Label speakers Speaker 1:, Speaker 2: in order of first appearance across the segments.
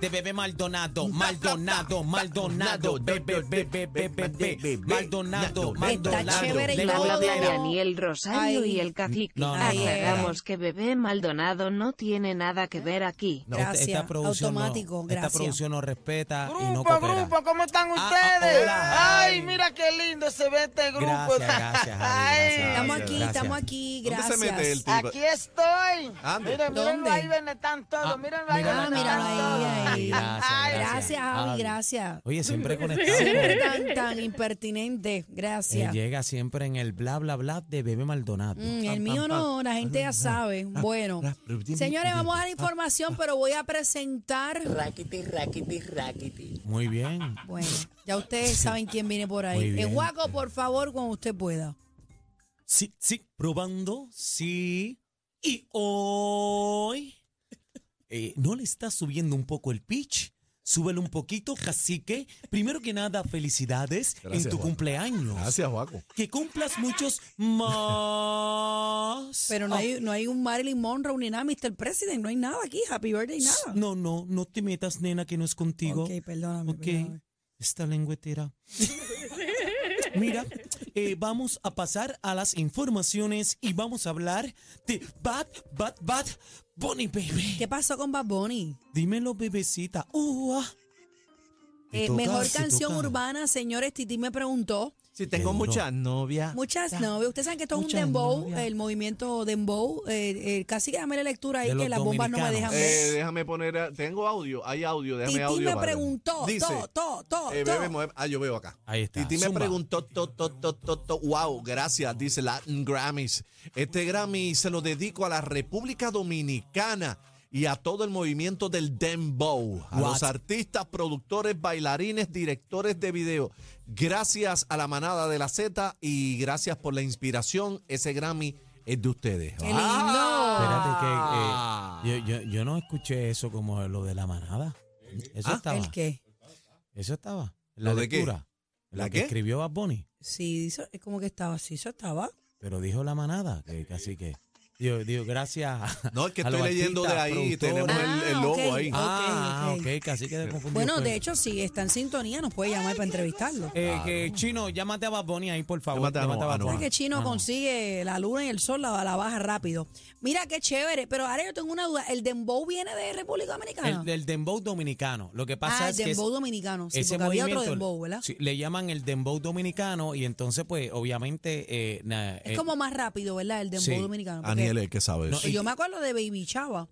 Speaker 1: De bebé Maldonado, Maldonado, Maldonado, bebé, bebé, bebé, bebé, Maldonado,
Speaker 2: Está
Speaker 1: Maldonado.
Speaker 2: chévere y
Speaker 1: Le
Speaker 2: todo.
Speaker 3: Habla de
Speaker 1: Maldonado.
Speaker 3: Daniel Rosario
Speaker 2: Ay.
Speaker 3: y el cacique.
Speaker 1: No, no, no,
Speaker 3: Aclaramos que bebé Maldonado no tiene nada que ver aquí.
Speaker 1: No, esta-
Speaker 2: Gracias,
Speaker 1: esta producción no-
Speaker 2: automático, gracias.
Speaker 1: Esta producción no respeta y no
Speaker 4: Grupo,
Speaker 1: coopera.
Speaker 4: grupo, ¿cómo están
Speaker 1: Ah,
Speaker 4: ustedes?
Speaker 1: hola.
Speaker 4: Ay, mira qué lindo se ve este grupo.
Speaker 1: Gracias, gracias, Javi,
Speaker 4: Ay,
Speaker 1: gracias.
Speaker 2: Estamos aquí,
Speaker 1: Gracias.
Speaker 2: estamos aquí, gracias.
Speaker 5: ¿Dónde se mete el tipo?
Speaker 4: Aquí estoy.
Speaker 5: Ande.
Speaker 4: Miren,
Speaker 2: ¿Dónde?
Speaker 4: mírenlo ahí, ven, están todos.
Speaker 1: Ah,
Speaker 4: mírenlo ahí.
Speaker 1: míralo
Speaker 2: Ah,
Speaker 4: están
Speaker 2: míralo ahí,
Speaker 4: todos.
Speaker 2: ahí.
Speaker 1: Gracias,
Speaker 2: Gracias, Javi,
Speaker 1: Javi.
Speaker 2: gracias.
Speaker 1: Oye, siempre conectado.
Speaker 2: Siempre tan, tan impertinente,
Speaker 1: Eh,
Speaker 2: gracias.
Speaker 1: llega siempre en el bla, bla, bla de bebé Maldonado.
Speaker 2: Mm, el mío no, la gente ya sabe. Bueno, señores, vamos a la información, pero voy a presentar.
Speaker 1: Muy bien.
Speaker 2: Bueno, ya ustedes saben quién viene por
Speaker 1: Muy
Speaker 2: ahí.
Speaker 1: bien.
Speaker 2: El guaco, por favor, cuando usted pueda.
Speaker 1: Sí, sí, probando, sí. Y hoy. eh, ¿No le está subiendo un poco el pitch? Súbelo un poquito, cacique. Primero que nada, felicidades en
Speaker 5: Gracias,
Speaker 1: tu
Speaker 5: Juan.
Speaker 1: cumpleaños.
Speaker 5: Gracias, Juaco.
Speaker 1: Que cumplas muchos más. Ah,
Speaker 2: Pero no, hay, no hay un Marilyn Monroe ni nada, Mr. President, no hay nada aquí. Happy birthday, nada.
Speaker 1: No, no, no te metas, nena, que no es contigo.
Speaker 2: Ok, perdóname.
Speaker 1: Ok,
Speaker 2: perdóname.
Speaker 1: esta lengüetera. Mira, eh, vamos a pasar a las informaciones y vamos a hablar de Bad, Bad, Bad Bunny Baby.
Speaker 2: ¿Qué pasó con Bad Bunny?
Speaker 1: Dímelo, bebecita. Uh, ah. Te
Speaker 2: Eh,
Speaker 1: toca,
Speaker 2: mejor
Speaker 1: te
Speaker 2: canción
Speaker 1: toca.
Speaker 2: urbana, señores. Titi me preguntó.
Speaker 5: Si tengo
Speaker 1: Seguro.
Speaker 5: muchas novias.
Speaker 2: Muchas novias. Ustedes saben que esto es un
Speaker 1: Muchas
Speaker 2: dembow,
Speaker 1: novias.
Speaker 2: el movimiento dembow. eh, eh, casi que dame la lectura ahí,
Speaker 1: De
Speaker 2: que
Speaker 1: los
Speaker 2: las bombas no me dejan
Speaker 1: dominicanos.
Speaker 5: Eh,
Speaker 2: ver.
Speaker 5: déjame poner. a- Tengo audio. Hay audio. Déjame
Speaker 2: Titi
Speaker 5: audio.
Speaker 2: me
Speaker 5: padre.
Speaker 2: preguntó,
Speaker 5: Dice,
Speaker 2: todo, todo, todo.
Speaker 5: eh, bebe, mueve- ah, yo veo acá.
Speaker 1: Ahí está,
Speaker 5: Titi me
Speaker 1: zumba.
Speaker 5: preguntó, to, to, to, to, to. wow, gracias, dice Latin Grammys. Este Grammy se lo dedico a la República Dominicana y a todo el movimiento del Dembow, a
Speaker 1: What?
Speaker 5: los artistas, productores, bailarines, directores de video. Gracias a la manada de la Z y gracias por la inspiración. Ese Grammy es de ustedes. Ah,
Speaker 2: Qué lindo.
Speaker 1: Ah, Espérate que eh, yo, yo- yo no escuché eso como lo de la manada. Eso
Speaker 5: Ah.
Speaker 1: estaba.
Speaker 2: ¿El qué?
Speaker 1: Eso estaba. La
Speaker 5: ¿Lo de qué?
Speaker 1: lectura. La,
Speaker 5: ¿La
Speaker 1: que
Speaker 5: qué?
Speaker 1: escribió Bad Bunny.
Speaker 2: Sí, eso- es como que estaba, sí, eso estaba.
Speaker 1: Pero dijo la manada. Que, que así que. Digo, digo, gracias. a-
Speaker 5: No, es que
Speaker 1: a los
Speaker 5: estoy leyendo de
Speaker 1: artistas,
Speaker 5: ahí, tenemos
Speaker 1: productores.
Speaker 5: el, el
Speaker 2: Ah,
Speaker 5: logo
Speaker 2: ok.
Speaker 5: ahí.
Speaker 1: Ah,
Speaker 2: ok,
Speaker 1: ok,
Speaker 2: ok.
Speaker 1: casi que confundido.
Speaker 2: Bueno,
Speaker 1: fue.
Speaker 2: de hecho, si está en sintonía, nos puede llamar para entrevistarlo.
Speaker 1: Eh, que, Chino, llámate a Bad Bunny ahí, por favor.
Speaker 5: Llámate a Noah, a
Speaker 2: ¿Sabes
Speaker 5: Noah.
Speaker 2: que Chino
Speaker 1: Ah, no.
Speaker 2: consigue la luna y el sol, la, la baja rápido? Mira qué chévere, pero ahora yo tengo una duda. ¿El dembow viene de República Dominicana?
Speaker 1: El del dembow dominicano. Lo que pasa
Speaker 2: ah,
Speaker 1: es
Speaker 2: el
Speaker 1: que es-
Speaker 2: dembow dominicano. Sí,
Speaker 1: ese
Speaker 2: porque había otro
Speaker 1: movimiento
Speaker 2: dembow, ¿verdad?
Speaker 1: sí, le llaman el dembow dominicano y entonces, pues, obviamente... eh, na-
Speaker 2: Es
Speaker 1: eh,
Speaker 2: como más rápido, ¿verdad? El dembow
Speaker 1: sí,
Speaker 2: dominicano. porque-
Speaker 5: Aniel es el que sabe
Speaker 1: No,
Speaker 5: eso.
Speaker 2: Y yo me acuerdo de Baby Chava.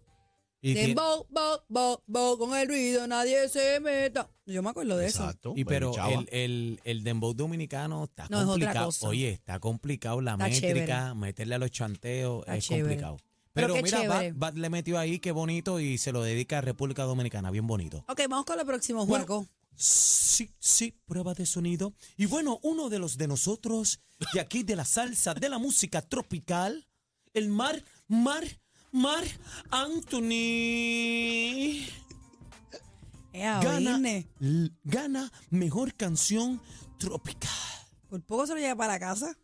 Speaker 1: y tiene-
Speaker 2: Dembow, bo, bo, bo, con el ruido nadie se meta. Yo me acuerdo de eso.
Speaker 5: Exacto.
Speaker 1: y pero
Speaker 5: Baby Chava.
Speaker 1: el, el, el dembow dominicano está
Speaker 2: No, es otra
Speaker 1: complicado.
Speaker 2: cosa.
Speaker 1: Oye, está complicado la
Speaker 2: Está
Speaker 1: métrica, meterle a los chanteos,
Speaker 2: Está
Speaker 1: es
Speaker 2: chévere.
Speaker 1: complicado.
Speaker 2: Pero
Speaker 1: Pero,
Speaker 2: qué
Speaker 1: mira,
Speaker 2: chévere.
Speaker 1: Bad, Bad le metió ahí, qué bonito, y se lo dedica a República Dominicana, bien bonito.
Speaker 2: Ok, vamos con lo próximo,
Speaker 1: Bueno,
Speaker 2: Juaco.
Speaker 1: Sí, sí, prueba de sonido. Y bueno, uno de los de nosotros, de aquí de la salsa, de la música tropical, el Mar, Mar, Mar Anthony.
Speaker 2: Eh, a
Speaker 1: Gana,
Speaker 2: oírne.
Speaker 1: l- gana mejor canción tropical.
Speaker 2: Por poco se lo lleva para la casa.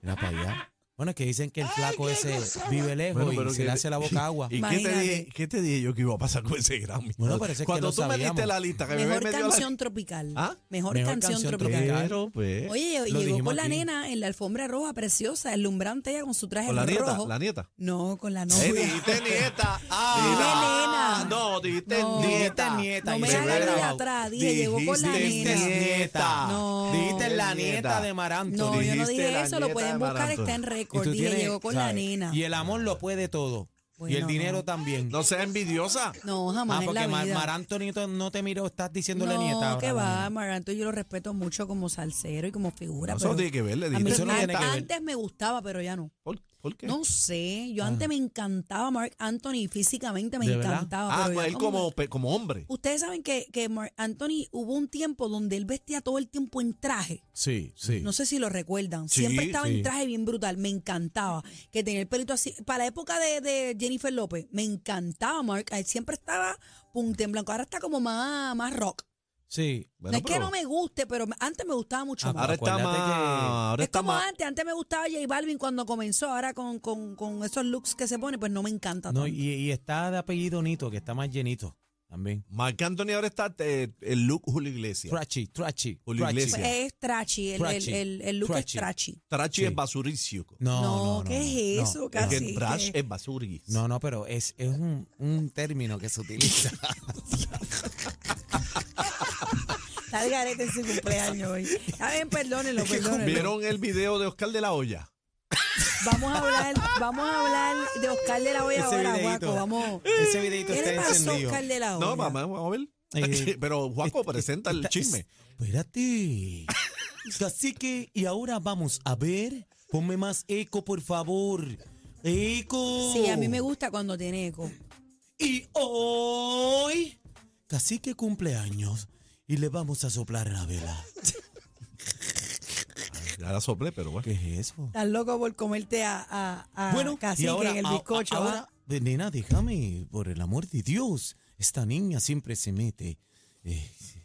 Speaker 1: Mira para allá. Bueno, es que dicen que el flaco ese vive lejos
Speaker 5: Bueno, pero
Speaker 1: y se le
Speaker 5: que-
Speaker 1: hace la boca agua.
Speaker 5: ¿Y qué te,
Speaker 2: Imagínate.
Speaker 5: dije, qué te dije yo que iba a pasar con ese Grammy?
Speaker 1: Bueno, parece que
Speaker 5: Cuando
Speaker 1: lo
Speaker 5: tú me diste
Speaker 1: sabíamos.
Speaker 5: la lista, que
Speaker 2: Mejor
Speaker 5: me dio
Speaker 2: canción tropical.
Speaker 5: ¿Ah?
Speaker 2: Mejor,
Speaker 1: Mejor
Speaker 2: canción,
Speaker 1: canción
Speaker 2: tropical.
Speaker 1: tropical.
Speaker 5: la... Claro, pues.
Speaker 2: Oye,
Speaker 1: Lo
Speaker 2: llegó
Speaker 1: dijimos
Speaker 2: con la
Speaker 1: aquí.
Speaker 2: nena en la alfombra roja preciosa, deslumbrante ella con su traje
Speaker 5: Con la nieta,
Speaker 2: rojo.
Speaker 5: la nieta.
Speaker 2: No, con la
Speaker 5: Eh,
Speaker 2: novia.
Speaker 5: dijiste nieta.
Speaker 2: Dije
Speaker 5: Ah,
Speaker 2: nena.
Speaker 5: No, dijiste
Speaker 2: No.
Speaker 5: nieta.
Speaker 1: Dijiste nieta,
Speaker 2: No
Speaker 1: y
Speaker 2: me
Speaker 1: se
Speaker 2: hagas
Speaker 1: hubiera
Speaker 2: ir
Speaker 1: grabado.
Speaker 2: atrás, dije, llegó con la
Speaker 5: Dijiste
Speaker 2: nena.
Speaker 5: nieta.
Speaker 2: No.
Speaker 1: Dijiste la nieta
Speaker 5: Nieta.
Speaker 1: de Mar Anthony.
Speaker 2: No, yo no
Speaker 5: dijiste
Speaker 2: dije
Speaker 5: la
Speaker 2: eso, lo
Speaker 5: nieta
Speaker 2: pueden
Speaker 5: de
Speaker 2: buscar,
Speaker 5: Maranto.
Speaker 2: está en
Speaker 1: Y
Speaker 2: récord.
Speaker 1: tú
Speaker 2: Dije,
Speaker 1: tienes,
Speaker 2: llegó con la
Speaker 1: ¿sabes?
Speaker 2: nena.
Speaker 1: Y el amor lo puede todo. y el
Speaker 2: Bueno,
Speaker 1: dinero
Speaker 2: no.
Speaker 1: también.
Speaker 5: No seas envidiosa.
Speaker 2: No, jamás
Speaker 1: ah,
Speaker 2: en
Speaker 1: porque
Speaker 2: la
Speaker 1: Mar,
Speaker 2: vida.
Speaker 1: Mar Antonito no te miró, estás diciéndole
Speaker 2: no,
Speaker 1: nieta. ahora
Speaker 2: que
Speaker 1: a la
Speaker 2: va,
Speaker 1: nena.
Speaker 2: Maranto yo lo respeto mucho como salsero y como figura.
Speaker 5: No, eso
Speaker 2: pero
Speaker 5: tiene que ver, le
Speaker 2: a mí
Speaker 5: dijiste
Speaker 1: Eso no
Speaker 2: an-
Speaker 1: tiene que ver.
Speaker 2: Antes me gustaba, pero ya no.
Speaker 5: ¿Por, por ¿Por qué?
Speaker 2: No sé, yo antes me encantaba Mark Anthony, físicamente me
Speaker 1: Ah. ¿De verdad? pues
Speaker 2: encantaba.
Speaker 5: ah,
Speaker 2: pero ya
Speaker 5: él como, pe- como hombre.
Speaker 2: Ustedes saben que, que Mark Anthony hubo un tiempo donde él vestía todo el tiempo en traje.
Speaker 5: Sí, sí.
Speaker 2: No sé si lo recuerdan.
Speaker 5: Sí,
Speaker 2: Siempre estaba
Speaker 5: sí.
Speaker 2: en traje bien brutal. Me encantaba. Que tenía el pelito así. Para la época de, de Jennifer López, me encantaba Mark. Él siempre estaba punta en blanco. Ahora está como más, más rock.
Speaker 1: Sí.
Speaker 5: Bueno,
Speaker 2: no es que
Speaker 5: pero
Speaker 2: no me guste, pero antes me gustaba mucho
Speaker 1: Ah,
Speaker 2: más.
Speaker 5: Ahora está
Speaker 1: Acuérdate
Speaker 5: más.
Speaker 1: que-
Speaker 5: Ahora
Speaker 2: es
Speaker 5: está
Speaker 2: como
Speaker 5: más.
Speaker 2: antes, antes me gustaba J Balvin cuando comenzó, ahora con, con, con esos looks que se pone, pues no me encanta
Speaker 1: No,
Speaker 2: tanto.
Speaker 1: y, y está de apellido Nito, que está más llenito también.
Speaker 5: Marc Anthony ahora está eh, el look Julio Iglesias.
Speaker 1: Trachi, trachi,
Speaker 5: Julio
Speaker 1: trachi.
Speaker 5: Iglesias.
Speaker 2: Pues es trachi, el, el,
Speaker 1: Trashy.
Speaker 2: el, el look
Speaker 1: Trashy.
Speaker 2: es trachi.
Speaker 5: Trachi
Speaker 1: Sí.
Speaker 5: es basuricio.
Speaker 1: No, no, no,
Speaker 2: ¿qué
Speaker 1: no,
Speaker 2: es
Speaker 1: no.
Speaker 2: eso?
Speaker 5: Es
Speaker 2: casi.
Speaker 5: que trash es basuricio.
Speaker 1: No, no, pero es, es un, un término que se utiliza.
Speaker 2: Está el garete en su cumpleaños hoy. Está bien, perdónenlo, perdónenlo.
Speaker 5: ¿Vieron el video de Oscar de la Hoya?
Speaker 2: Vamos a hablar, vamos a hablar de Oscar de la Hoya
Speaker 1: Ese
Speaker 2: ahora,
Speaker 1: videíto.
Speaker 2: Guaco, vamos.
Speaker 1: Ese videito
Speaker 2: ¿Qué le
Speaker 1: está
Speaker 2: pasó a
Speaker 1: encendido.
Speaker 2: Oscar de la Hoya?
Speaker 5: No, mamá, vamos a ver.
Speaker 1: Eh,
Speaker 5: Pero Juaco presenta el
Speaker 1: Está-
Speaker 5: chisme.
Speaker 1: Espérate. Así que, y ahora vamos a ver. Ponme más eco, por favor. Eco.
Speaker 2: Sí, a mí me gusta cuando tiene eco.
Speaker 1: Y hoy, Cacique cumple años y le vamos a soplar la vela.
Speaker 5: Ya la soplé, pero bueno.
Speaker 1: ¿Qué es eso?
Speaker 2: Estás loco por comerte a, a, a cacique Ah, en el
Speaker 1: a- a-
Speaker 2: bizcocho.
Speaker 1: ahora,
Speaker 2: ¿ah?
Speaker 1: eh, nena, déjame, por el amor de Dios. Esta niña siempre se mete. Eh, sí.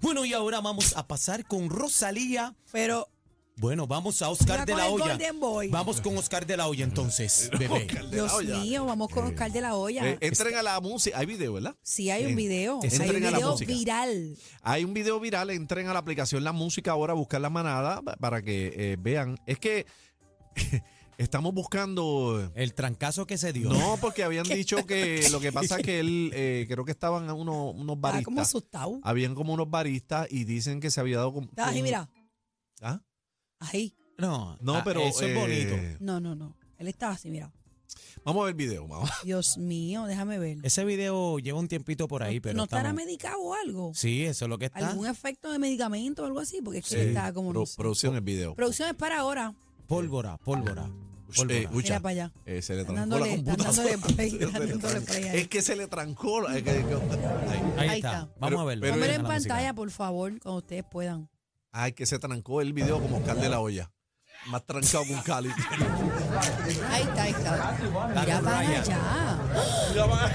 Speaker 1: Bueno, y ahora vamos a pasar con Rosalía.
Speaker 2: Pero
Speaker 1: Bueno, vamos a Oscar
Speaker 2: Iba
Speaker 1: de
Speaker 2: con
Speaker 1: la
Speaker 2: el
Speaker 1: Hoya.
Speaker 2: Golden Boy.
Speaker 1: Vamos con Oscar de la Hoya entonces, bebé.
Speaker 5: Oscar de la
Speaker 2: Dios
Speaker 5: Hoya.
Speaker 2: mío, vamos con Oscar de la Hoya.
Speaker 5: Eh, entren a la música. Hay video, ¿verdad?
Speaker 2: sí, hay
Speaker 1: eh,
Speaker 2: un video.
Speaker 5: entren
Speaker 2: Hay un
Speaker 5: a la
Speaker 2: video
Speaker 5: música.
Speaker 2: viral.
Speaker 5: Hay un video viral. Entren a la aplicación La Música ahora a buscar la manada pa- para que eh, vean. Es que estamos buscando.
Speaker 1: El trancazo que se dio.
Speaker 5: No, porque habían dicho que lo que pasa es que él, eh, creo que estaban unos, unos
Speaker 1: Ah,
Speaker 2: Está como
Speaker 5: baristas.
Speaker 2: asustado.
Speaker 5: Habían como unos baristas y dicen que se había dado como.
Speaker 2: Está ahí, mira.
Speaker 5: ¿Ah?
Speaker 2: Ahí.
Speaker 1: no,
Speaker 5: No,
Speaker 1: ah,
Speaker 5: pero.
Speaker 1: eso es
Speaker 5: eh,
Speaker 1: bonito.
Speaker 2: No, no, no. Él estaba así, mira.
Speaker 5: Vamos a ver el video, vamos.
Speaker 2: Dios mío, déjame ver.
Speaker 1: Ese video lleva un tiempito por ahí, pero
Speaker 2: ¿No estará
Speaker 1: estamos-
Speaker 2: medicado o algo?
Speaker 1: Sí, eso es lo que está.
Speaker 2: ¿Algún efecto de medicamento o algo así? Porque es que él estaba como... no
Speaker 5: ¿Ah? Pro-
Speaker 2: sé.
Speaker 5: producción el video.
Speaker 2: Producción es para ahora.
Speaker 1: Pólvora, pólvora.
Speaker 5: Ush,
Speaker 1: pólvora.
Speaker 5: eh, ucha,
Speaker 2: Mira para allá.
Speaker 5: eh, se le
Speaker 2: Están
Speaker 5: trancó la
Speaker 2: dándole- están
Speaker 5: computadora.
Speaker 2: dándole play,
Speaker 5: Se le
Speaker 2: están dándole
Speaker 5: trancó.
Speaker 2: play ahí.
Speaker 5: Es que se le trancó. la- es que- Ay,
Speaker 1: Ahí,
Speaker 2: Ahí
Speaker 1: está.
Speaker 2: está.
Speaker 1: Vamos
Speaker 5: Pero-
Speaker 1: a verlo.
Speaker 5: pero-
Speaker 2: Pónganlo
Speaker 1: Venga,
Speaker 2: en
Speaker 1: la música.
Speaker 2: pantalla, por favor, cuando ustedes puedan.
Speaker 5: ay, que se trancó el video como Oscar de la olla. Más trancado que un Cali.
Speaker 2: Ahí está, ahí está. Mira para
Speaker 1: Ryan.
Speaker 2: allá.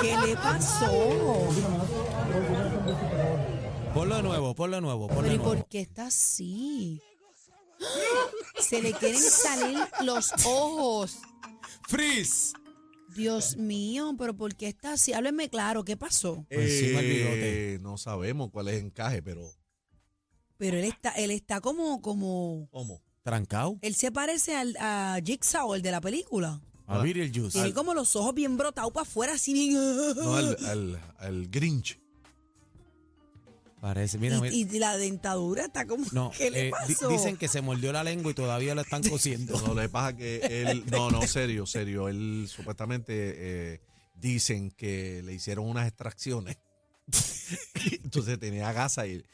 Speaker 2: ¿Qué le pasó?
Speaker 1: Ponlo de nuevo, ponlo de nuevo, ponlo
Speaker 2: Pero
Speaker 1: de
Speaker 2: ¿y
Speaker 1: nuevo.
Speaker 2: por qué está así? Se le quieren salir los ojos.
Speaker 1: ¡Freeze!
Speaker 2: Dios mío, pero ¿por qué está así? Háblenme claro, ¿qué pasó?
Speaker 1: Por encima el bigote.
Speaker 5: Eh, no sabemos cuál es el encaje, pero
Speaker 2: Pero él está, él está como, como,
Speaker 5: ¿cómo?
Speaker 1: Trancao.
Speaker 2: él se parece al, a Jigsaw, el de la película.
Speaker 1: A
Speaker 5: Ah.
Speaker 1: Beetlejuice.
Speaker 2: Tiene como los ojos bien brotados para afuera, así bien.
Speaker 5: No, al, al- al Grinch.
Speaker 1: Parece, mira, mira.
Speaker 2: y, y la dentadura está como,
Speaker 1: No,
Speaker 2: ¿qué le
Speaker 1: eh, di-
Speaker 2: pasó?
Speaker 1: dicen que se mordió la lengua y todavía la están cosiendo.
Speaker 5: No, lo que pasa es que él. No, no, serio, serio. Él supuestamente eh, dicen que le hicieron unas extracciones. Entonces tenía gasa y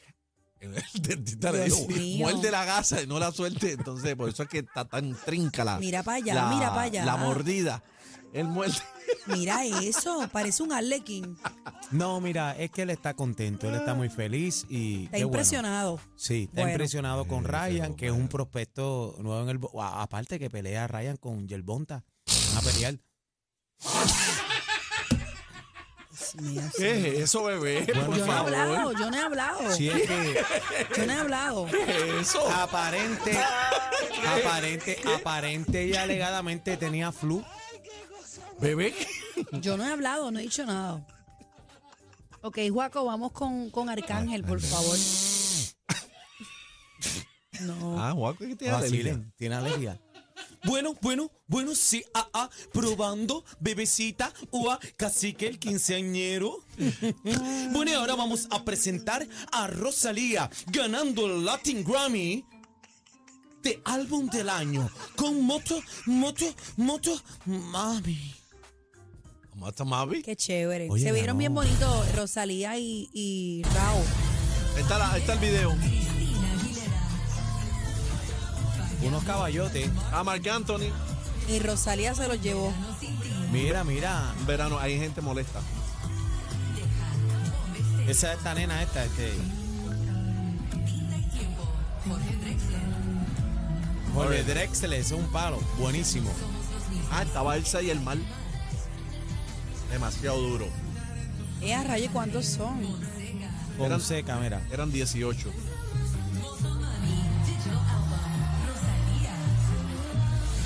Speaker 5: el dentista le
Speaker 2: Dios
Speaker 5: dijo:
Speaker 2: mío.
Speaker 5: muerde la gasa y no la suelte. Entonces, por eso es que está tan trinca la.
Speaker 2: Mira pa' allá,
Speaker 5: la-
Speaker 2: mira pa' allá.
Speaker 5: La mordida. Él muerde.
Speaker 2: Mira eso, parece un arlequín.
Speaker 1: No, mira, es que él está contento, él está muy feliz y.
Speaker 2: Está
Speaker 1: qué bueno.
Speaker 2: impresionado.
Speaker 1: Sí, está
Speaker 2: Bueno.
Speaker 1: impresionado con
Speaker 5: Eh,
Speaker 1: Ryan,
Speaker 5: pero
Speaker 1: que es un
Speaker 5: bueno.
Speaker 1: prospecto nuevo en el. bo- a- Aparte que pelea Ryan con Yerbonta. Van a pelear.
Speaker 2: Dios mío,
Speaker 5: ¿Qué es eso, bebé? por
Speaker 2: Yo no he
Speaker 5: favor.
Speaker 2: hablado, yo no he hablado.
Speaker 1: Si es que
Speaker 2: Yo no he hablado.
Speaker 5: ¿Qué es eso?
Speaker 1: aparente, aparente, aparente y alegadamente tenía flu.
Speaker 5: Bebé.
Speaker 2: Yo no he hablado, no he dicho nada. Ok, Juaco, vamos con, con Arcángel, por favor. No.
Speaker 5: Ah, Juan, ¿qué te
Speaker 1: Ah,
Speaker 5: hace?
Speaker 1: sí, Len, tiene alergia. Bueno, bueno, bueno, sí, ah, ah, probando, bebecita, ua, cacique, el quinceañero. bueno, y ahora vamos a presentar a Rosalía, ganando el Latin Grammy de álbum del año, con Moto, Moto, Moto, Mami.
Speaker 5: ¿Cómo está Mavi?
Speaker 2: Qué chévere.
Speaker 1: Oye,
Speaker 2: Se vieron
Speaker 1: ganó.
Speaker 2: bien bonitos Rosalía y, y Raúl.
Speaker 5: Ahí está, la- ahí está el video.
Speaker 1: unos caballotes.
Speaker 5: A Marc Anthony,
Speaker 2: Y Rosalía se los llevó.
Speaker 1: Mira, mira,
Speaker 5: en verano, hay gente molesta.
Speaker 1: esa esta nena esta, este. Jorge Drexler, ese es un palo, buenísimo.
Speaker 5: Ah, estaba Elsa y el mal. Demasiado duro.
Speaker 2: Eh, a rayos, ¿cuántos son?
Speaker 1: Con seca, mira.
Speaker 5: Eran 18.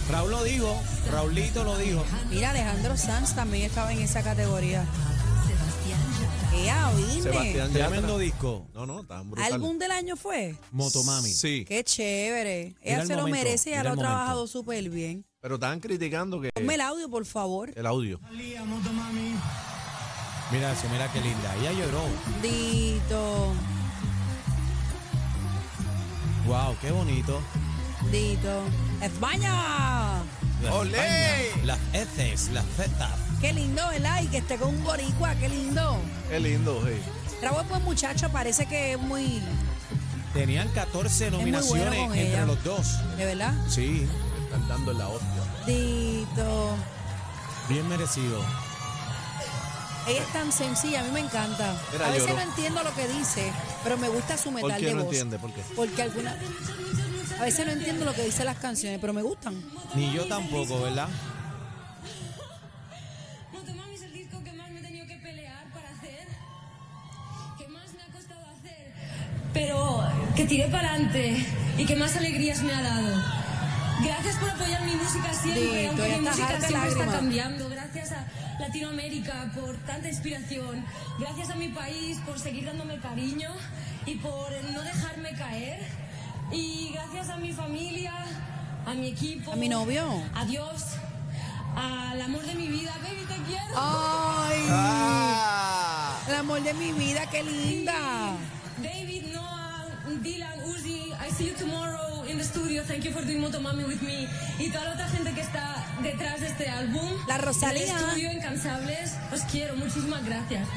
Speaker 1: Raúl lo dijo, Raulito lo dijo.
Speaker 2: Mira, Alejandro Sanz también estaba en esa categoría. Ea, oíme.
Speaker 5: Sebastián
Speaker 1: Tremendo
Speaker 5: Yatra.
Speaker 1: disco,
Speaker 5: No, no, tan brutal.
Speaker 2: ¿Álbum del año fue?
Speaker 1: Motomami.
Speaker 5: Sí,
Speaker 2: Qué chévere.
Speaker 1: Mira
Speaker 2: Ella
Speaker 1: el
Speaker 2: se lo
Speaker 1: momento,
Speaker 2: merece y
Speaker 1: mira
Speaker 2: ella lo ha
Speaker 1: el
Speaker 2: trabajado
Speaker 1: momento.
Speaker 2: súper bien.
Speaker 5: pero estaban criticando que
Speaker 2: Ponme el audio, por favor.
Speaker 5: el audio.
Speaker 1: Mira eso, mira qué linda. Ella lloró.
Speaker 2: Dito,
Speaker 1: Wow, qué bonito.
Speaker 2: Dito. ¡España!
Speaker 1: Las
Speaker 5: ¡Olé!
Speaker 1: Españas, Las heces, las zetas.
Speaker 2: Qué lindo, ¿verdad? Y que esté con un boricua, qué lindo.
Speaker 5: Qué lindo, eh. hey.
Speaker 2: Era buen buen muchacho, parece que es muy...
Speaker 1: Tenían 14
Speaker 2: bueno
Speaker 1: nominaciones
Speaker 2: con
Speaker 1: entre
Speaker 2: ella.
Speaker 1: los dos.
Speaker 2: ¿De verdad?
Speaker 1: Sí,
Speaker 5: Están dando en la hostia.
Speaker 2: Dito.
Speaker 1: bien merecido.
Speaker 2: Ella es tan sencilla, a mí me encanta.
Speaker 5: Mira,
Speaker 2: a veces
Speaker 5: lloró.
Speaker 2: no entiendo lo que dice, pero me gusta su metal
Speaker 5: ¿Por qué
Speaker 2: de
Speaker 5: no
Speaker 2: voz.
Speaker 5: entiende? ¿Por qué?
Speaker 2: Porque alguna... A veces no entiendo lo que dicen las canciones, pero me gustan.
Speaker 1: Ni yo tampoco, ¿verdad?
Speaker 6: Motomami es el disco que más me he tenido que pelear para hacer, que más me ha costado hacer, pero que tiré para adelante y que más alegrías me ha dado. Gracias por apoyar mi música siempre,
Speaker 2: Dito,
Speaker 6: aunque
Speaker 2: ya
Speaker 6: mi
Speaker 2: estás
Speaker 6: música
Speaker 2: harta
Speaker 6: siempre está
Speaker 2: lágrima.
Speaker 6: cambiando. Gracias a Latinoamérica por tanta inspiración, gracias a mi país por seguir dándome cariño y por no dejarme caer. Y gracias a mi familia, a mi equipo.
Speaker 2: A mi novio.
Speaker 6: Adiós. Al amor de mi vida, baby, te quiero.
Speaker 2: Oh, ¡Ay! El amor de mi vida, qué linda.
Speaker 6: David, Noah, Dylan, Uzi, I see you tomorrow in the studio. Thank you for doing Motomami with me. Y toda la otra gente que está detrás de este álbum.
Speaker 2: La Rosalía.
Speaker 6: En el estudio, incansables. Os quiero. Muchísimas gracias.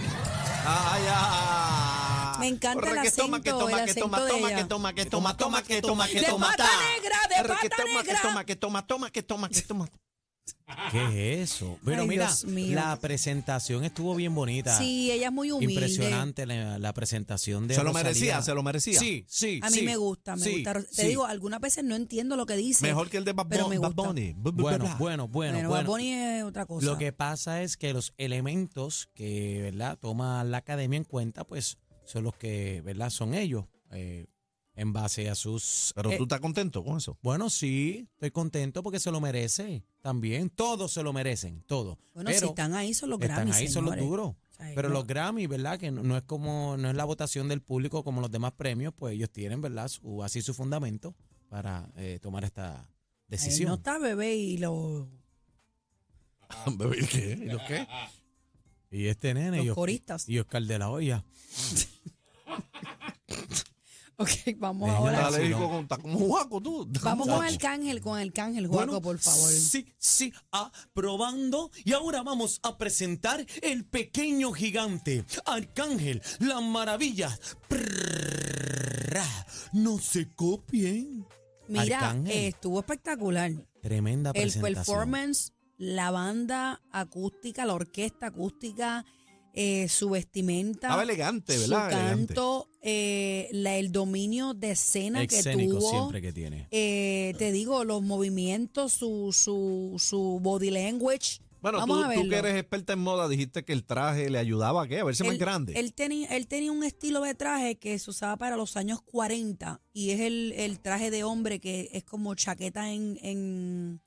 Speaker 5: Ay, ay.
Speaker 2: Me encanta el
Speaker 5: Corre, que toma, que
Speaker 2: acento,
Speaker 5: toma,
Speaker 2: el
Speaker 5: que toma,
Speaker 2: acento de
Speaker 5: toma,
Speaker 2: ella.
Speaker 5: que toma, que toma, toma, que toma, que
Speaker 2: De
Speaker 5: toma.
Speaker 2: pata
Speaker 5: ta.
Speaker 2: negra, de
Speaker 5: Corre, que
Speaker 2: pata
Speaker 5: toma,
Speaker 2: negra.
Speaker 5: Que toma, que toma, toma, que toma, que toma.
Speaker 1: ¿Qué es eso? Pero
Speaker 2: Ay,
Speaker 1: mira,
Speaker 2: Dios mío.
Speaker 1: la presentación estuvo bien bonita.
Speaker 2: Sí, ella es muy humilde.
Speaker 1: Impresionante la, la presentación de
Speaker 5: Se lo
Speaker 1: Rosalía.
Speaker 5: merecía, se lo merecía.
Speaker 1: Sí, sí,
Speaker 2: A mí
Speaker 1: sí,
Speaker 2: me gusta, me
Speaker 1: sí,
Speaker 2: gusta. Te
Speaker 1: sí.
Speaker 2: digo, algunas veces no entiendo lo que dice.
Speaker 5: Mejor que el de Bad,
Speaker 2: pero me
Speaker 5: Bad
Speaker 2: gusta.
Speaker 5: Bunny. Bu- bu-
Speaker 1: Bueno,
Speaker 5: bla.
Speaker 1: bueno, bueno,
Speaker 2: Bueno,
Speaker 1: bueno.
Speaker 2: Bad Bunny es otra cosa.
Speaker 1: Lo que pasa es que los elementos que, ¿verdad?, toma la academia en cuenta, pues, son los que, ¿verdad?, son ellos, eh, en base a sus...
Speaker 5: Pero
Speaker 1: eh,
Speaker 5: tú estás contento con eso.
Speaker 1: Bueno, sí, estoy contento porque se lo merece también. Todos se lo merecen, todos.
Speaker 2: bueno,
Speaker 1: Pero
Speaker 2: si están ahí son los
Speaker 1: están
Speaker 2: Grammys,
Speaker 1: ahí, son los
Speaker 2: señores.
Speaker 1: duros.
Speaker 2: O sea,
Speaker 1: Pero
Speaker 2: no-
Speaker 1: los Grammy, ¿verdad? Que no, no es como, no es la votación del público como los demás premios, pues ellos tienen, ¿verdad? Su- así su fundamento para eh, tomar esta
Speaker 2: Ahí No
Speaker 1: decisión.
Speaker 2: está bebé y lo-
Speaker 5: Bebé, Ah, ¿y ¿Qué? ¿Y los qué?
Speaker 1: Y este nene,
Speaker 2: los
Speaker 1: y, Os-
Speaker 2: coristas.
Speaker 1: y Oscar de la Hoya.
Speaker 2: Ok, vamos
Speaker 1: Venga,
Speaker 2: ahora.
Speaker 1: dale.
Speaker 5: Dale,
Speaker 1: sí,
Speaker 5: hijo,
Speaker 1: no.
Speaker 5: con- estás como guaco tú.
Speaker 2: Vamos con
Speaker 5: Chacho.
Speaker 2: Arcángel, con Arcángel, Juaco, por favor.
Speaker 1: Sí, sí, aprobando. Y ahora vamos a presentar el pequeño gigante, Arcángel, la maravilla. No se copien.
Speaker 2: Mira,
Speaker 1: Arcángel.
Speaker 2: eh, estuvo espectacular.
Speaker 1: Tremenda
Speaker 2: El
Speaker 1: presentación.
Speaker 2: performance, la banda acústica, la orquesta acústica, eh, su vestimenta.
Speaker 5: Estaba elegante,
Speaker 2: su
Speaker 5: ¿verdad? Elegante.
Speaker 2: canto, eh, la- el dominio de escena
Speaker 1: Escénico
Speaker 2: que tuvo.
Speaker 1: siempre que tiene.
Speaker 2: Eh, te digo, los movimientos, su, su, su body language.
Speaker 5: Bueno,
Speaker 2: Vamos
Speaker 5: tú,
Speaker 2: a
Speaker 5: tú
Speaker 2: verlo.
Speaker 5: que eres experta en moda, dijiste que el traje le ayudaba a qué? A verse más
Speaker 2: Él-
Speaker 5: grande.
Speaker 2: Él tenía, él tenía un estilo de traje que se usaba para los años 40 y es el, el traje de hombre que es como chaqueta en, en,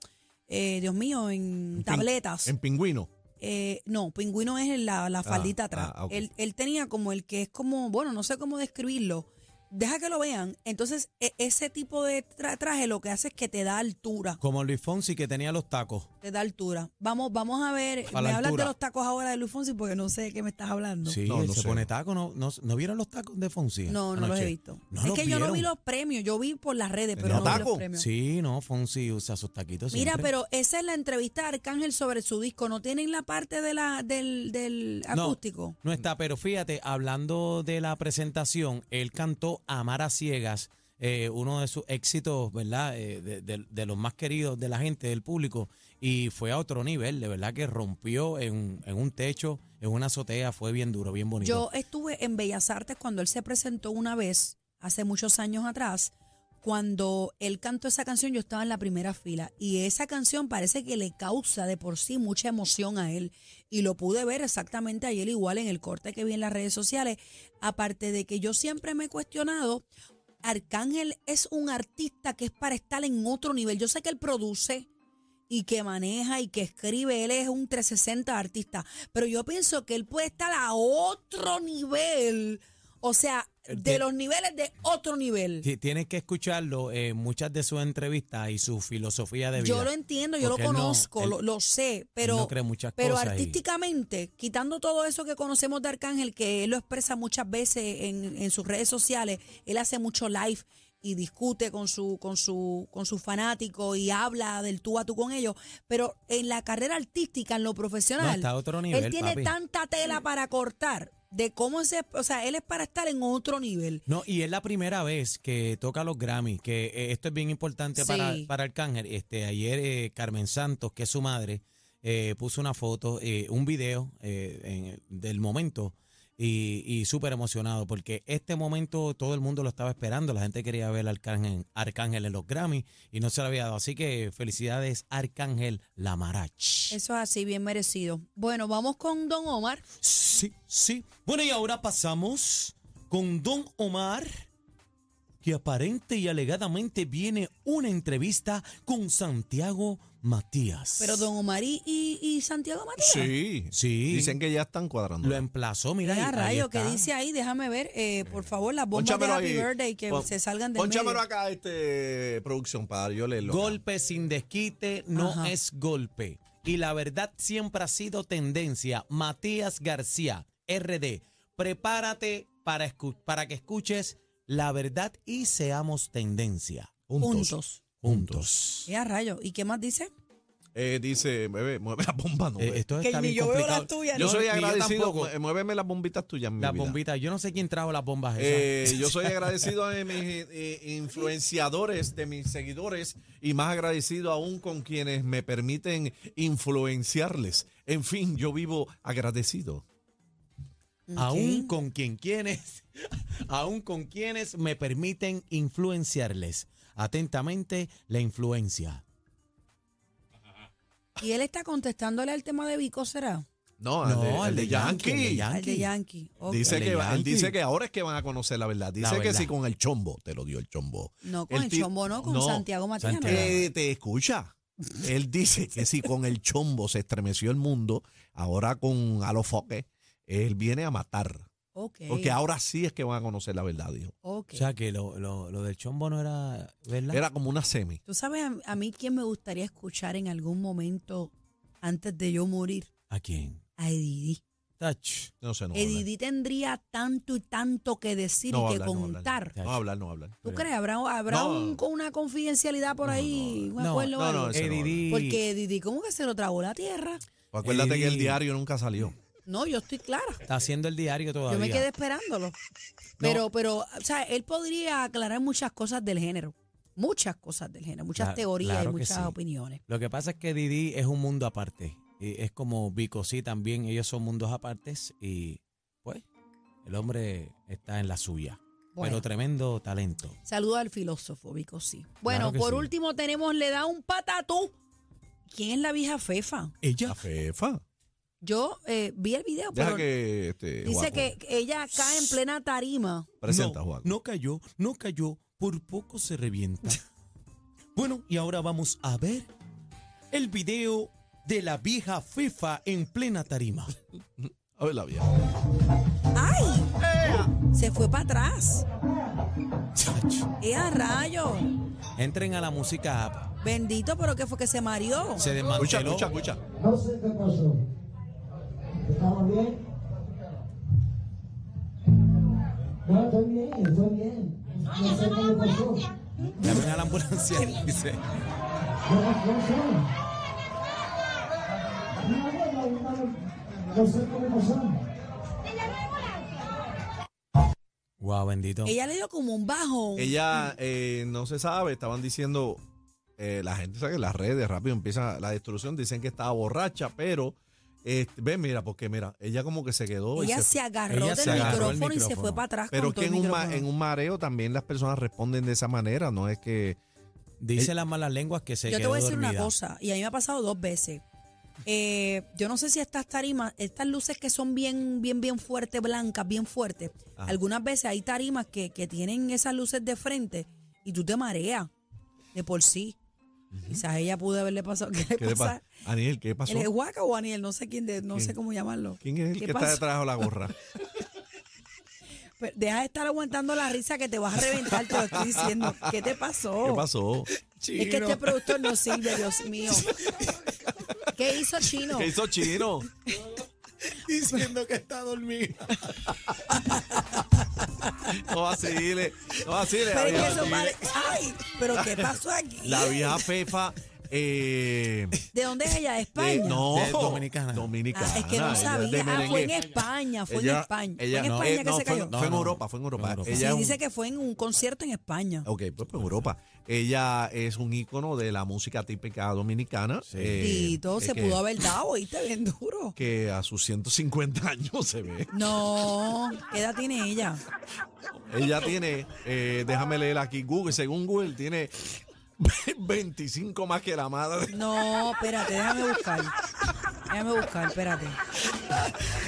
Speaker 2: eh, Dios mío, en
Speaker 5: pin-
Speaker 2: tabletas.
Speaker 5: en pingüino.
Speaker 2: Eh, no, pingüino es en la, la faldita atrás.
Speaker 5: ah, ok.
Speaker 2: él, él tenía como el que es como, bueno, no sé cómo describirlo. Deja que lo vean. Entonces, e- ese tipo de tra- traje lo que hace es que te da altura.
Speaker 1: Como Luis Fonsi que tenía los tacos.
Speaker 2: Te da altura. Vamos, vamos a ver.
Speaker 1: A la
Speaker 2: me hablas de
Speaker 1: altura.
Speaker 2: los tacos ahora de Luis Fonsi porque no sé de qué me estás hablando.
Speaker 1: Sí,
Speaker 5: No,
Speaker 1: él
Speaker 5: no
Speaker 1: se
Speaker 5: sé.
Speaker 1: pone tacos. ¿No, no, no vieron los tacos de Fonsi?
Speaker 2: No, no los
Speaker 1: anoche?
Speaker 2: he visto.
Speaker 1: No
Speaker 2: es
Speaker 1: los
Speaker 2: que yo no vi
Speaker 1: vieron.
Speaker 2: los premios, yo vi por las redes, pero
Speaker 5: ¿Tenía
Speaker 2: no vi los
Speaker 5: taco?
Speaker 2: premios.
Speaker 1: Sí, no, Fonsi usa sus taquitos.
Speaker 2: Mira,
Speaker 1: siempre.
Speaker 2: pero esa es la entrevista de Arcángel sobre su disco. ¿No tienen la parte de la, del, del
Speaker 1: No,
Speaker 2: acústico?
Speaker 1: No está, pero fíjate, hablando de la presentación, él cantó Amar a Ciegas. eh, uno de sus éxitos, ¿verdad? Eh, de, de- de los más queridos de la gente, del público, y fue a otro nivel, de verdad que rompió en, en un techo, en una azotea, fue bien duro, bien bonito.
Speaker 2: Yo estuve en Bellas Artes cuando él se presentó una vez, hace muchos años atrás. Cuando él cantó esa canción, yo estaba en la primera fila. Y esa canción parece que le causa de por sí mucha emoción a él. Y lo pude ver exactamente ayer, igual en el corte que vi en las redes sociales. Aparte de que yo siempre me he cuestionado. Arcángel es un artista que es para estar en otro nivel. Yo sé que él produce, y que maneja y que escribe. Él es un 360 artista. Pero yo pienso que él puede estar a otro nivel. O sea, de
Speaker 1: De-
Speaker 2: los niveles de otro nivel.
Speaker 1: Ti- Tienes que escucharlo en muchas de sus entrevistas y su filosofía de vida.
Speaker 2: Yo lo entiendo, yo lo
Speaker 1: Porque él no-
Speaker 2: conozco,
Speaker 1: él-
Speaker 2: lo, lo sé, pero,
Speaker 1: no cree muchas
Speaker 2: pero
Speaker 1: cosas y-
Speaker 2: artísticamente, quitando todo eso que conocemos de Arcángel, que él lo expresa muchas veces en, en sus redes sociales, él hace mucho live y discute con su, con su, con sus fanáticos y habla del tú a tú con ellos, pero en la carrera artística, en lo profesional,
Speaker 1: No, está a otro nivel,
Speaker 2: él tiene
Speaker 1: papi.
Speaker 2: tanta tela para cortar de cómo se, o sea, él es para estar en otro nivel.
Speaker 1: No, y es la primera vez que toca los Grammys, que eh, esto es bien importante para,
Speaker 2: Sí.
Speaker 1: para Arcángel. Este, ayer eh, Carmen Santos, que es su madre, eh, puso una foto, eh, un video eh, en- del momento y, y súper emocionado porque este momento todo el mundo lo estaba esperando, la gente quería ver a Arcángel, Arcángel en los Grammys y no se lo había dado. Así que felicidades Arcángel Lamarach.
Speaker 2: Eso es así, bien merecido. Bueno, vamos con Don Omar.
Speaker 1: Sí, sí. Bueno, y ahora pasamos con Don Omar, que aparente y alegadamente viene una entrevista con Santiago Matías.
Speaker 2: Pero Don Omar y, y- y Santiago Matías.
Speaker 5: Sí,
Speaker 1: Sí.
Speaker 5: Dicen que ya están cuadrando.
Speaker 1: lo emplazó, mira. ahí-
Speaker 2: Ah,
Speaker 1: ahí
Speaker 2: rayo, ¿qué
Speaker 1: está.
Speaker 2: dice ahí? Déjame ver, eh, por favor, las bombas
Speaker 5: Pónchamelo
Speaker 2: de Happy
Speaker 5: ahí.
Speaker 2: Birthday que
Speaker 5: Pon-
Speaker 2: se salgan de medio.
Speaker 5: Pónchamelo acá, este, producción, para yo leerlo. acá.
Speaker 1: Golpe sin desquite no
Speaker 2: Ajá.
Speaker 1: es golpe. Y la verdad siempre ha sido tendencia. Matías García, RD, prepárate para, escu- para que escuches la verdad y seamos tendencia.
Speaker 2: Juntos.
Speaker 1: Juntos.
Speaker 2: Ya, rayo. ¿Y qué más dice?
Speaker 5: Eh, dice, bebé, mueve la bomba, no.
Speaker 1: Eh,
Speaker 5: bebé.
Speaker 1: esto
Speaker 2: Que
Speaker 1: está
Speaker 2: ni
Speaker 1: bien
Speaker 2: yo veo
Speaker 1: complicado.
Speaker 2: las tuyas,
Speaker 5: yo
Speaker 2: no,
Speaker 5: soy
Speaker 1: ni
Speaker 5: agradecido.
Speaker 1: tampoco.
Speaker 5: mue- Muéveme las bombitas tuyas, mi
Speaker 1: Las
Speaker 5: vida.
Speaker 1: bombitas. Yo no sé quién trajo las bombas esas.
Speaker 5: Eh, yo soy agradecido a mis eh, influenciadores, de mis seguidores, y más agradecido aún con quienes me permiten influenciarles. En fin, yo vivo agradecido.
Speaker 1: Aún con quien quienes, aún con quienes me permiten influenciarles. Atentamente, la influencia.
Speaker 2: Y él está contestándole al tema de Vico, ¿será?
Speaker 5: No,
Speaker 1: No,
Speaker 5: al Ah, de, al de Yankee.
Speaker 1: el de
Speaker 2: Al de Yankee. ok.
Speaker 5: Dice,
Speaker 1: El
Speaker 5: que,
Speaker 1: de
Speaker 5: va- él
Speaker 1: Yankee.
Speaker 5: dice que ahora es que van a conocer la verdad. Dice que
Speaker 1: verdad.
Speaker 5: si con el chombo, te lo dio el chombo.
Speaker 2: No, con el,
Speaker 5: ti-
Speaker 2: chombo, no, con Santiago Matías. no.
Speaker 1: Santiago.
Speaker 5: Eh, te escucha. Él dice que si con el chombo se estremeció el mundo, ahora con Alofoque, él viene a matar.
Speaker 2: Ok.
Speaker 5: Porque ahora sí es que van a conocer la verdad, dijo.
Speaker 2: ok.
Speaker 1: O sea que lo, lo- lo del chombo no era, ¿verdad?
Speaker 5: Era como una semi.
Speaker 2: ¿Tú sabes a, a mí quién me gustaría escuchar en algún momento antes de yo morir?
Speaker 1: ¿A quién?
Speaker 2: A Edidí.
Speaker 1: Touch.
Speaker 5: No sé, no va a hablar.
Speaker 2: Edidí tendría tanto y tanto que decir
Speaker 5: No va
Speaker 2: y
Speaker 5: a
Speaker 2: que
Speaker 5: hablar, no va a hablar.
Speaker 2: contar.
Speaker 5: No va a hablar, no va a hablar.
Speaker 2: ¿Tú crees? ¿Habrá, habrá
Speaker 5: No.
Speaker 2: un- con una confidencialidad por
Speaker 5: No,
Speaker 2: ahí?
Speaker 5: no,
Speaker 2: un
Speaker 1: no,
Speaker 2: acuerdo o
Speaker 5: no,
Speaker 2: algo?
Speaker 5: no, ese no va a
Speaker 1: Edidí.
Speaker 5: hablar.
Speaker 2: Porque Didi, ¿cómo que se lo tragó la tierra?
Speaker 5: Pues acuérdate que el
Speaker 1: Edidí.
Speaker 5: diario nunca salió.
Speaker 2: No, yo estoy clara.
Speaker 1: Está haciendo el diario todavía.
Speaker 2: Yo me quedé esperándolo. Pero, pero, o sea, él podría aclarar muchas cosas del género. Muchas cosas del género, muchas
Speaker 1: Claro-
Speaker 2: teorías
Speaker 1: claro
Speaker 2: y
Speaker 1: que
Speaker 2: muchas
Speaker 1: sí.
Speaker 2: opiniones.
Speaker 1: Lo que pasa es que Didi es un mundo aparte. Y es como Vico sí también, ellos son mundos apartes y pues el hombre está en la suya.
Speaker 2: Bueno.
Speaker 1: Pero tremendo talento.
Speaker 2: Saludo al filósofo, Vico, sí.
Speaker 1: Claro
Speaker 2: Bueno,
Speaker 1: que
Speaker 2: por
Speaker 1: sí.
Speaker 2: último tenemos, le da un patatú. ¿Quién es la vieja Fefa?
Speaker 5: La
Speaker 1: Ella
Speaker 5: fefa.
Speaker 2: Yo eh, vi el video,
Speaker 5: Deja
Speaker 2: pero
Speaker 5: que. Este,
Speaker 2: dice
Speaker 5: Juaco
Speaker 2: que ella cae en plena tarima.
Speaker 5: Presenta,
Speaker 1: no,
Speaker 5: Juan.
Speaker 1: No cayó, no cayó, por poco se revienta. bueno, y ahora vamos a ver el video de la vieja Fefa en plena tarima.
Speaker 5: A ver la vieja.
Speaker 2: ¡Ay! Se fue para atrás. ¡Eh, a rayo!
Speaker 1: Entren a la música app.
Speaker 2: Bendito, pero que fue que se mareó.
Speaker 1: Se
Speaker 5: Escucha,
Speaker 1: desmanteló.
Speaker 5: escucha, escucha.
Speaker 7: No sé qué pasó. ¿Estamos bien? No, estoy bien, estoy bien. No sé cómo pasó.
Speaker 1: Llamen a la ambulancia, dice.
Speaker 7: No, no sé. No, no, no, no, no sé cómo pasó.
Speaker 1: Wow. Guau, bendito.
Speaker 2: Ella le dio como un bajo.
Speaker 5: Ella eh, no se sabe, estaban diciendo, eh, la gente sabe que las redes rápido empieza la destrucción, dicen que estaba borracha, pero eh, ven, mira, porque mira, ella como que se quedó. y
Speaker 2: Ella
Speaker 5: se-
Speaker 2: se agarró
Speaker 1: Ella
Speaker 2: del
Speaker 1: se agarró
Speaker 2: micrófono,
Speaker 1: el
Speaker 2: y se
Speaker 1: micrófono.
Speaker 2: fue para atrás
Speaker 5: pero
Speaker 2: con todo
Speaker 5: que
Speaker 2: el
Speaker 5: en un, ma-
Speaker 2: micrófono.
Speaker 5: en un mareo también las personas responden de esa manera, no es que... Eh,
Speaker 1: Dice las malas lenguas que se
Speaker 2: Yo te
Speaker 1: quedó
Speaker 2: voy a decir
Speaker 1: dormida.
Speaker 2: una cosa, y a mí me ha pasado dos veces. Eh, yo no sé si estas tarimas, estas luces que son bien, bien, bien fuertes, blancas, bien fuertes,
Speaker 5: Ajá.
Speaker 2: algunas veces hay tarimas que, que tienen esas luces de frente y tú te mareas de por sí. Quizás ella pudo haberle pasado. ¿Qué le
Speaker 5: ¿Qué le
Speaker 2: pasa?
Speaker 5: pasa? Aniel, ¿qué pasó?
Speaker 2: ¿El Huaca o Aniel? No sé quién, de- no
Speaker 5: ¿Quién?
Speaker 2: sé cómo llamarlo.
Speaker 5: ¿Quién es el
Speaker 2: ¿Qué
Speaker 5: que está
Speaker 2: pasó?
Speaker 5: detrás de la gorra?
Speaker 2: Pero Deja de estar aguantando la risa que te vas a reventar, te lo estoy diciendo. ¿Qué te pasó?
Speaker 5: ¿Qué pasó?
Speaker 2: Es que este productor no sirve, Dios mío. ¿Qué hizo Chino?
Speaker 5: ¿Qué hizo Chino?
Speaker 1: Diciendo que está dormida.
Speaker 5: No vacile, no vacile.
Speaker 2: Pero es
Speaker 5: la
Speaker 2: que eso
Speaker 5: vieja-
Speaker 2: pare- Ay, pero ¿qué pasó aquí?
Speaker 5: La vieja Fefa... Eh,
Speaker 2: ¿De dónde es ella? ¿De
Speaker 5: de-
Speaker 2: España?
Speaker 5: no,
Speaker 1: De dominicana.
Speaker 5: dominicana,
Speaker 2: Ah, es que
Speaker 5: ella
Speaker 2: no
Speaker 5: de
Speaker 2: sabía. Ah, fue en
Speaker 5: merengue.
Speaker 2: España, fue en
Speaker 5: Ella-
Speaker 2: España. Fue
Speaker 5: ella-
Speaker 2: en
Speaker 5: no,
Speaker 2: España
Speaker 5: eh,
Speaker 2: que
Speaker 5: no,
Speaker 2: se
Speaker 5: fue,
Speaker 2: cayó.
Speaker 5: no, fue en
Speaker 1: No, no.
Speaker 5: Europa, fue en Europa.
Speaker 1: en Europa.
Speaker 5: Ella
Speaker 2: Sí,
Speaker 5: es un-
Speaker 2: dice que fue en un concierto en España.
Speaker 5: Ok, pues pues, Europa. Ella es un ícono de la música típica dominicana. eh,
Speaker 1: Sí.
Speaker 2: y todo
Speaker 5: es
Speaker 2: se
Speaker 5: que-
Speaker 2: pudo haber dado, ¿oíste? Bien duro.
Speaker 5: Que a sus 150 años se ve.
Speaker 2: No, ¿qué edad tiene ella?
Speaker 5: Ella tiene, eh, déjame leer aquí, Google, según Google, tiene 25 más que la madre.
Speaker 2: No, espérate, déjame buscar. Déjame buscar, espérate.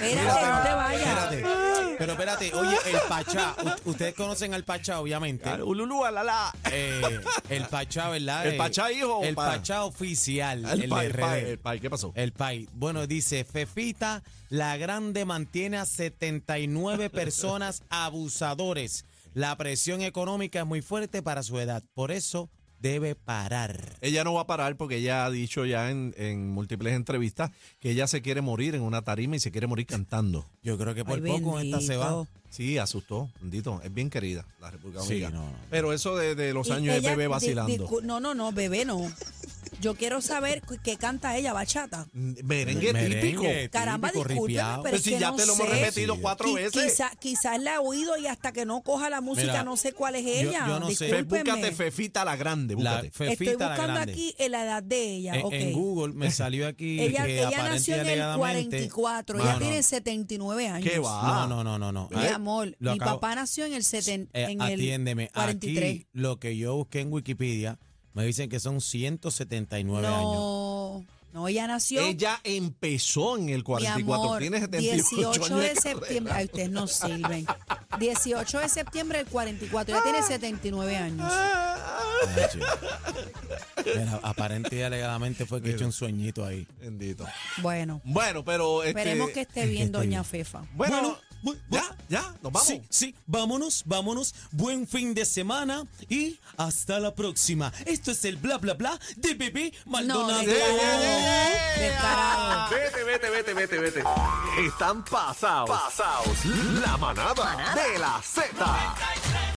Speaker 2: Espérate, no te vayas.
Speaker 1: Espérate. Pero espérate, oye, el Pachá. u- Ustedes conocen al Pachá, obviamente.
Speaker 5: Ululú, alalá.
Speaker 1: Eh, el Pachá, ¿verdad?
Speaker 5: ¿El
Speaker 1: Eh,
Speaker 5: Pachá, hijo,
Speaker 1: El
Speaker 5: pa?
Speaker 1: Pachá oficial.
Speaker 5: El,
Speaker 1: de
Speaker 5: pai, el
Speaker 1: RD.
Speaker 5: pai, el pai, ¿qué pasó?
Speaker 1: El país. Bueno, dice Fefita, la grande mantiene a 79 personas abusadores. La presión económica es muy fuerte para su edad. Por eso debe parar.
Speaker 5: Ella no va a parar porque ella ha dicho ya en, en múltiples entrevistas que ella se quiere morir en una tarima y se quiere morir cantando.
Speaker 1: Yo creo que por
Speaker 2: Ay,
Speaker 1: poco esta se va.
Speaker 2: bendito.
Speaker 5: Sí, asustó, bendito. Es bien querida la República
Speaker 1: Sí,
Speaker 5: Dominicana.
Speaker 1: no, no.
Speaker 5: Pero eso de, de los
Speaker 2: Y
Speaker 5: años
Speaker 2: ella-
Speaker 5: de bebé
Speaker 2: di-
Speaker 5: vacilando.
Speaker 2: discu- no, no, no, bebé no. Yo quiero saber cu- qué canta ella, bachata.
Speaker 5: Mm, Merengue,
Speaker 1: Merengue,
Speaker 5: típico.
Speaker 1: típico,
Speaker 2: Caramba, discúlpeme,
Speaker 1: ripiao.
Speaker 2: pero-
Speaker 5: Pero
Speaker 2: es
Speaker 5: Pues si
Speaker 2: que
Speaker 5: ya
Speaker 2: no
Speaker 5: te lo hemos
Speaker 2: sé.
Speaker 5: repetido
Speaker 1: Sí.
Speaker 5: cuatro
Speaker 2: Qui-
Speaker 5: veces.
Speaker 2: quizá- quizás la he oído y hasta que no coja la música
Speaker 1: Mira,
Speaker 2: no sé cuál es
Speaker 1: yo-
Speaker 2: ella.
Speaker 1: yo no sé.
Speaker 5: Fe,
Speaker 2: Discúlpenme.
Speaker 5: búscate Fefita la Grande,
Speaker 1: La
Speaker 5: búscate.
Speaker 2: Estoy
Speaker 1: Fefita la
Speaker 2: buscando
Speaker 1: grande.
Speaker 2: aquí eh, la edad de ella.
Speaker 1: en,
Speaker 2: ok.
Speaker 1: en Google me salió aquí
Speaker 2: Ella,
Speaker 1: que
Speaker 2: ella
Speaker 1: aparente y
Speaker 2: nació en el
Speaker 1: alegadamente-
Speaker 2: 44,
Speaker 1: No,
Speaker 2: ella
Speaker 1: no,
Speaker 2: tiene 79 años.
Speaker 5: ¿Qué va?
Speaker 1: No, no, no, no, no.
Speaker 2: Mi amor,
Speaker 1: Lo
Speaker 2: mi
Speaker 1: acabo-
Speaker 2: papá nació en el, seten-
Speaker 1: Eh,
Speaker 2: en el
Speaker 1: atiéndeme,
Speaker 2: 43.
Speaker 1: aquí lo que yo busqué en Wikipedia me dicen que son 179 años.
Speaker 2: no, no, ella nació
Speaker 5: Ella empezó en el 44.
Speaker 2: Mi amor,
Speaker 5: tiene 78
Speaker 2: 18
Speaker 5: años
Speaker 2: de
Speaker 5: carrera.
Speaker 2: septiembre. Ay, ustedes no sirven. 18 de septiembre del 44. Ya tiene 79 años.
Speaker 1: Ah, sí. Mira, aparente y alegadamente fue que echó un sueñito ahí.
Speaker 5: Bendito.
Speaker 2: Bueno,
Speaker 5: Bueno, pero. Este,
Speaker 2: esperemos que esté bien,
Speaker 1: esté
Speaker 2: doña
Speaker 1: bien.
Speaker 2: Fefa.
Speaker 5: Bueno,
Speaker 1: Bueno, bu-
Speaker 5: ya, ya, nos vamos.
Speaker 1: Sí, sí, vámonos, vámonos. Buen fin de semana y hasta la próxima. Esto es el bla bla bla de bebé Maldonado.
Speaker 2: de- Descarado.
Speaker 8: Vete, vete, vete, vete, vete. Están pasados. Pasados. La manada, de la Z.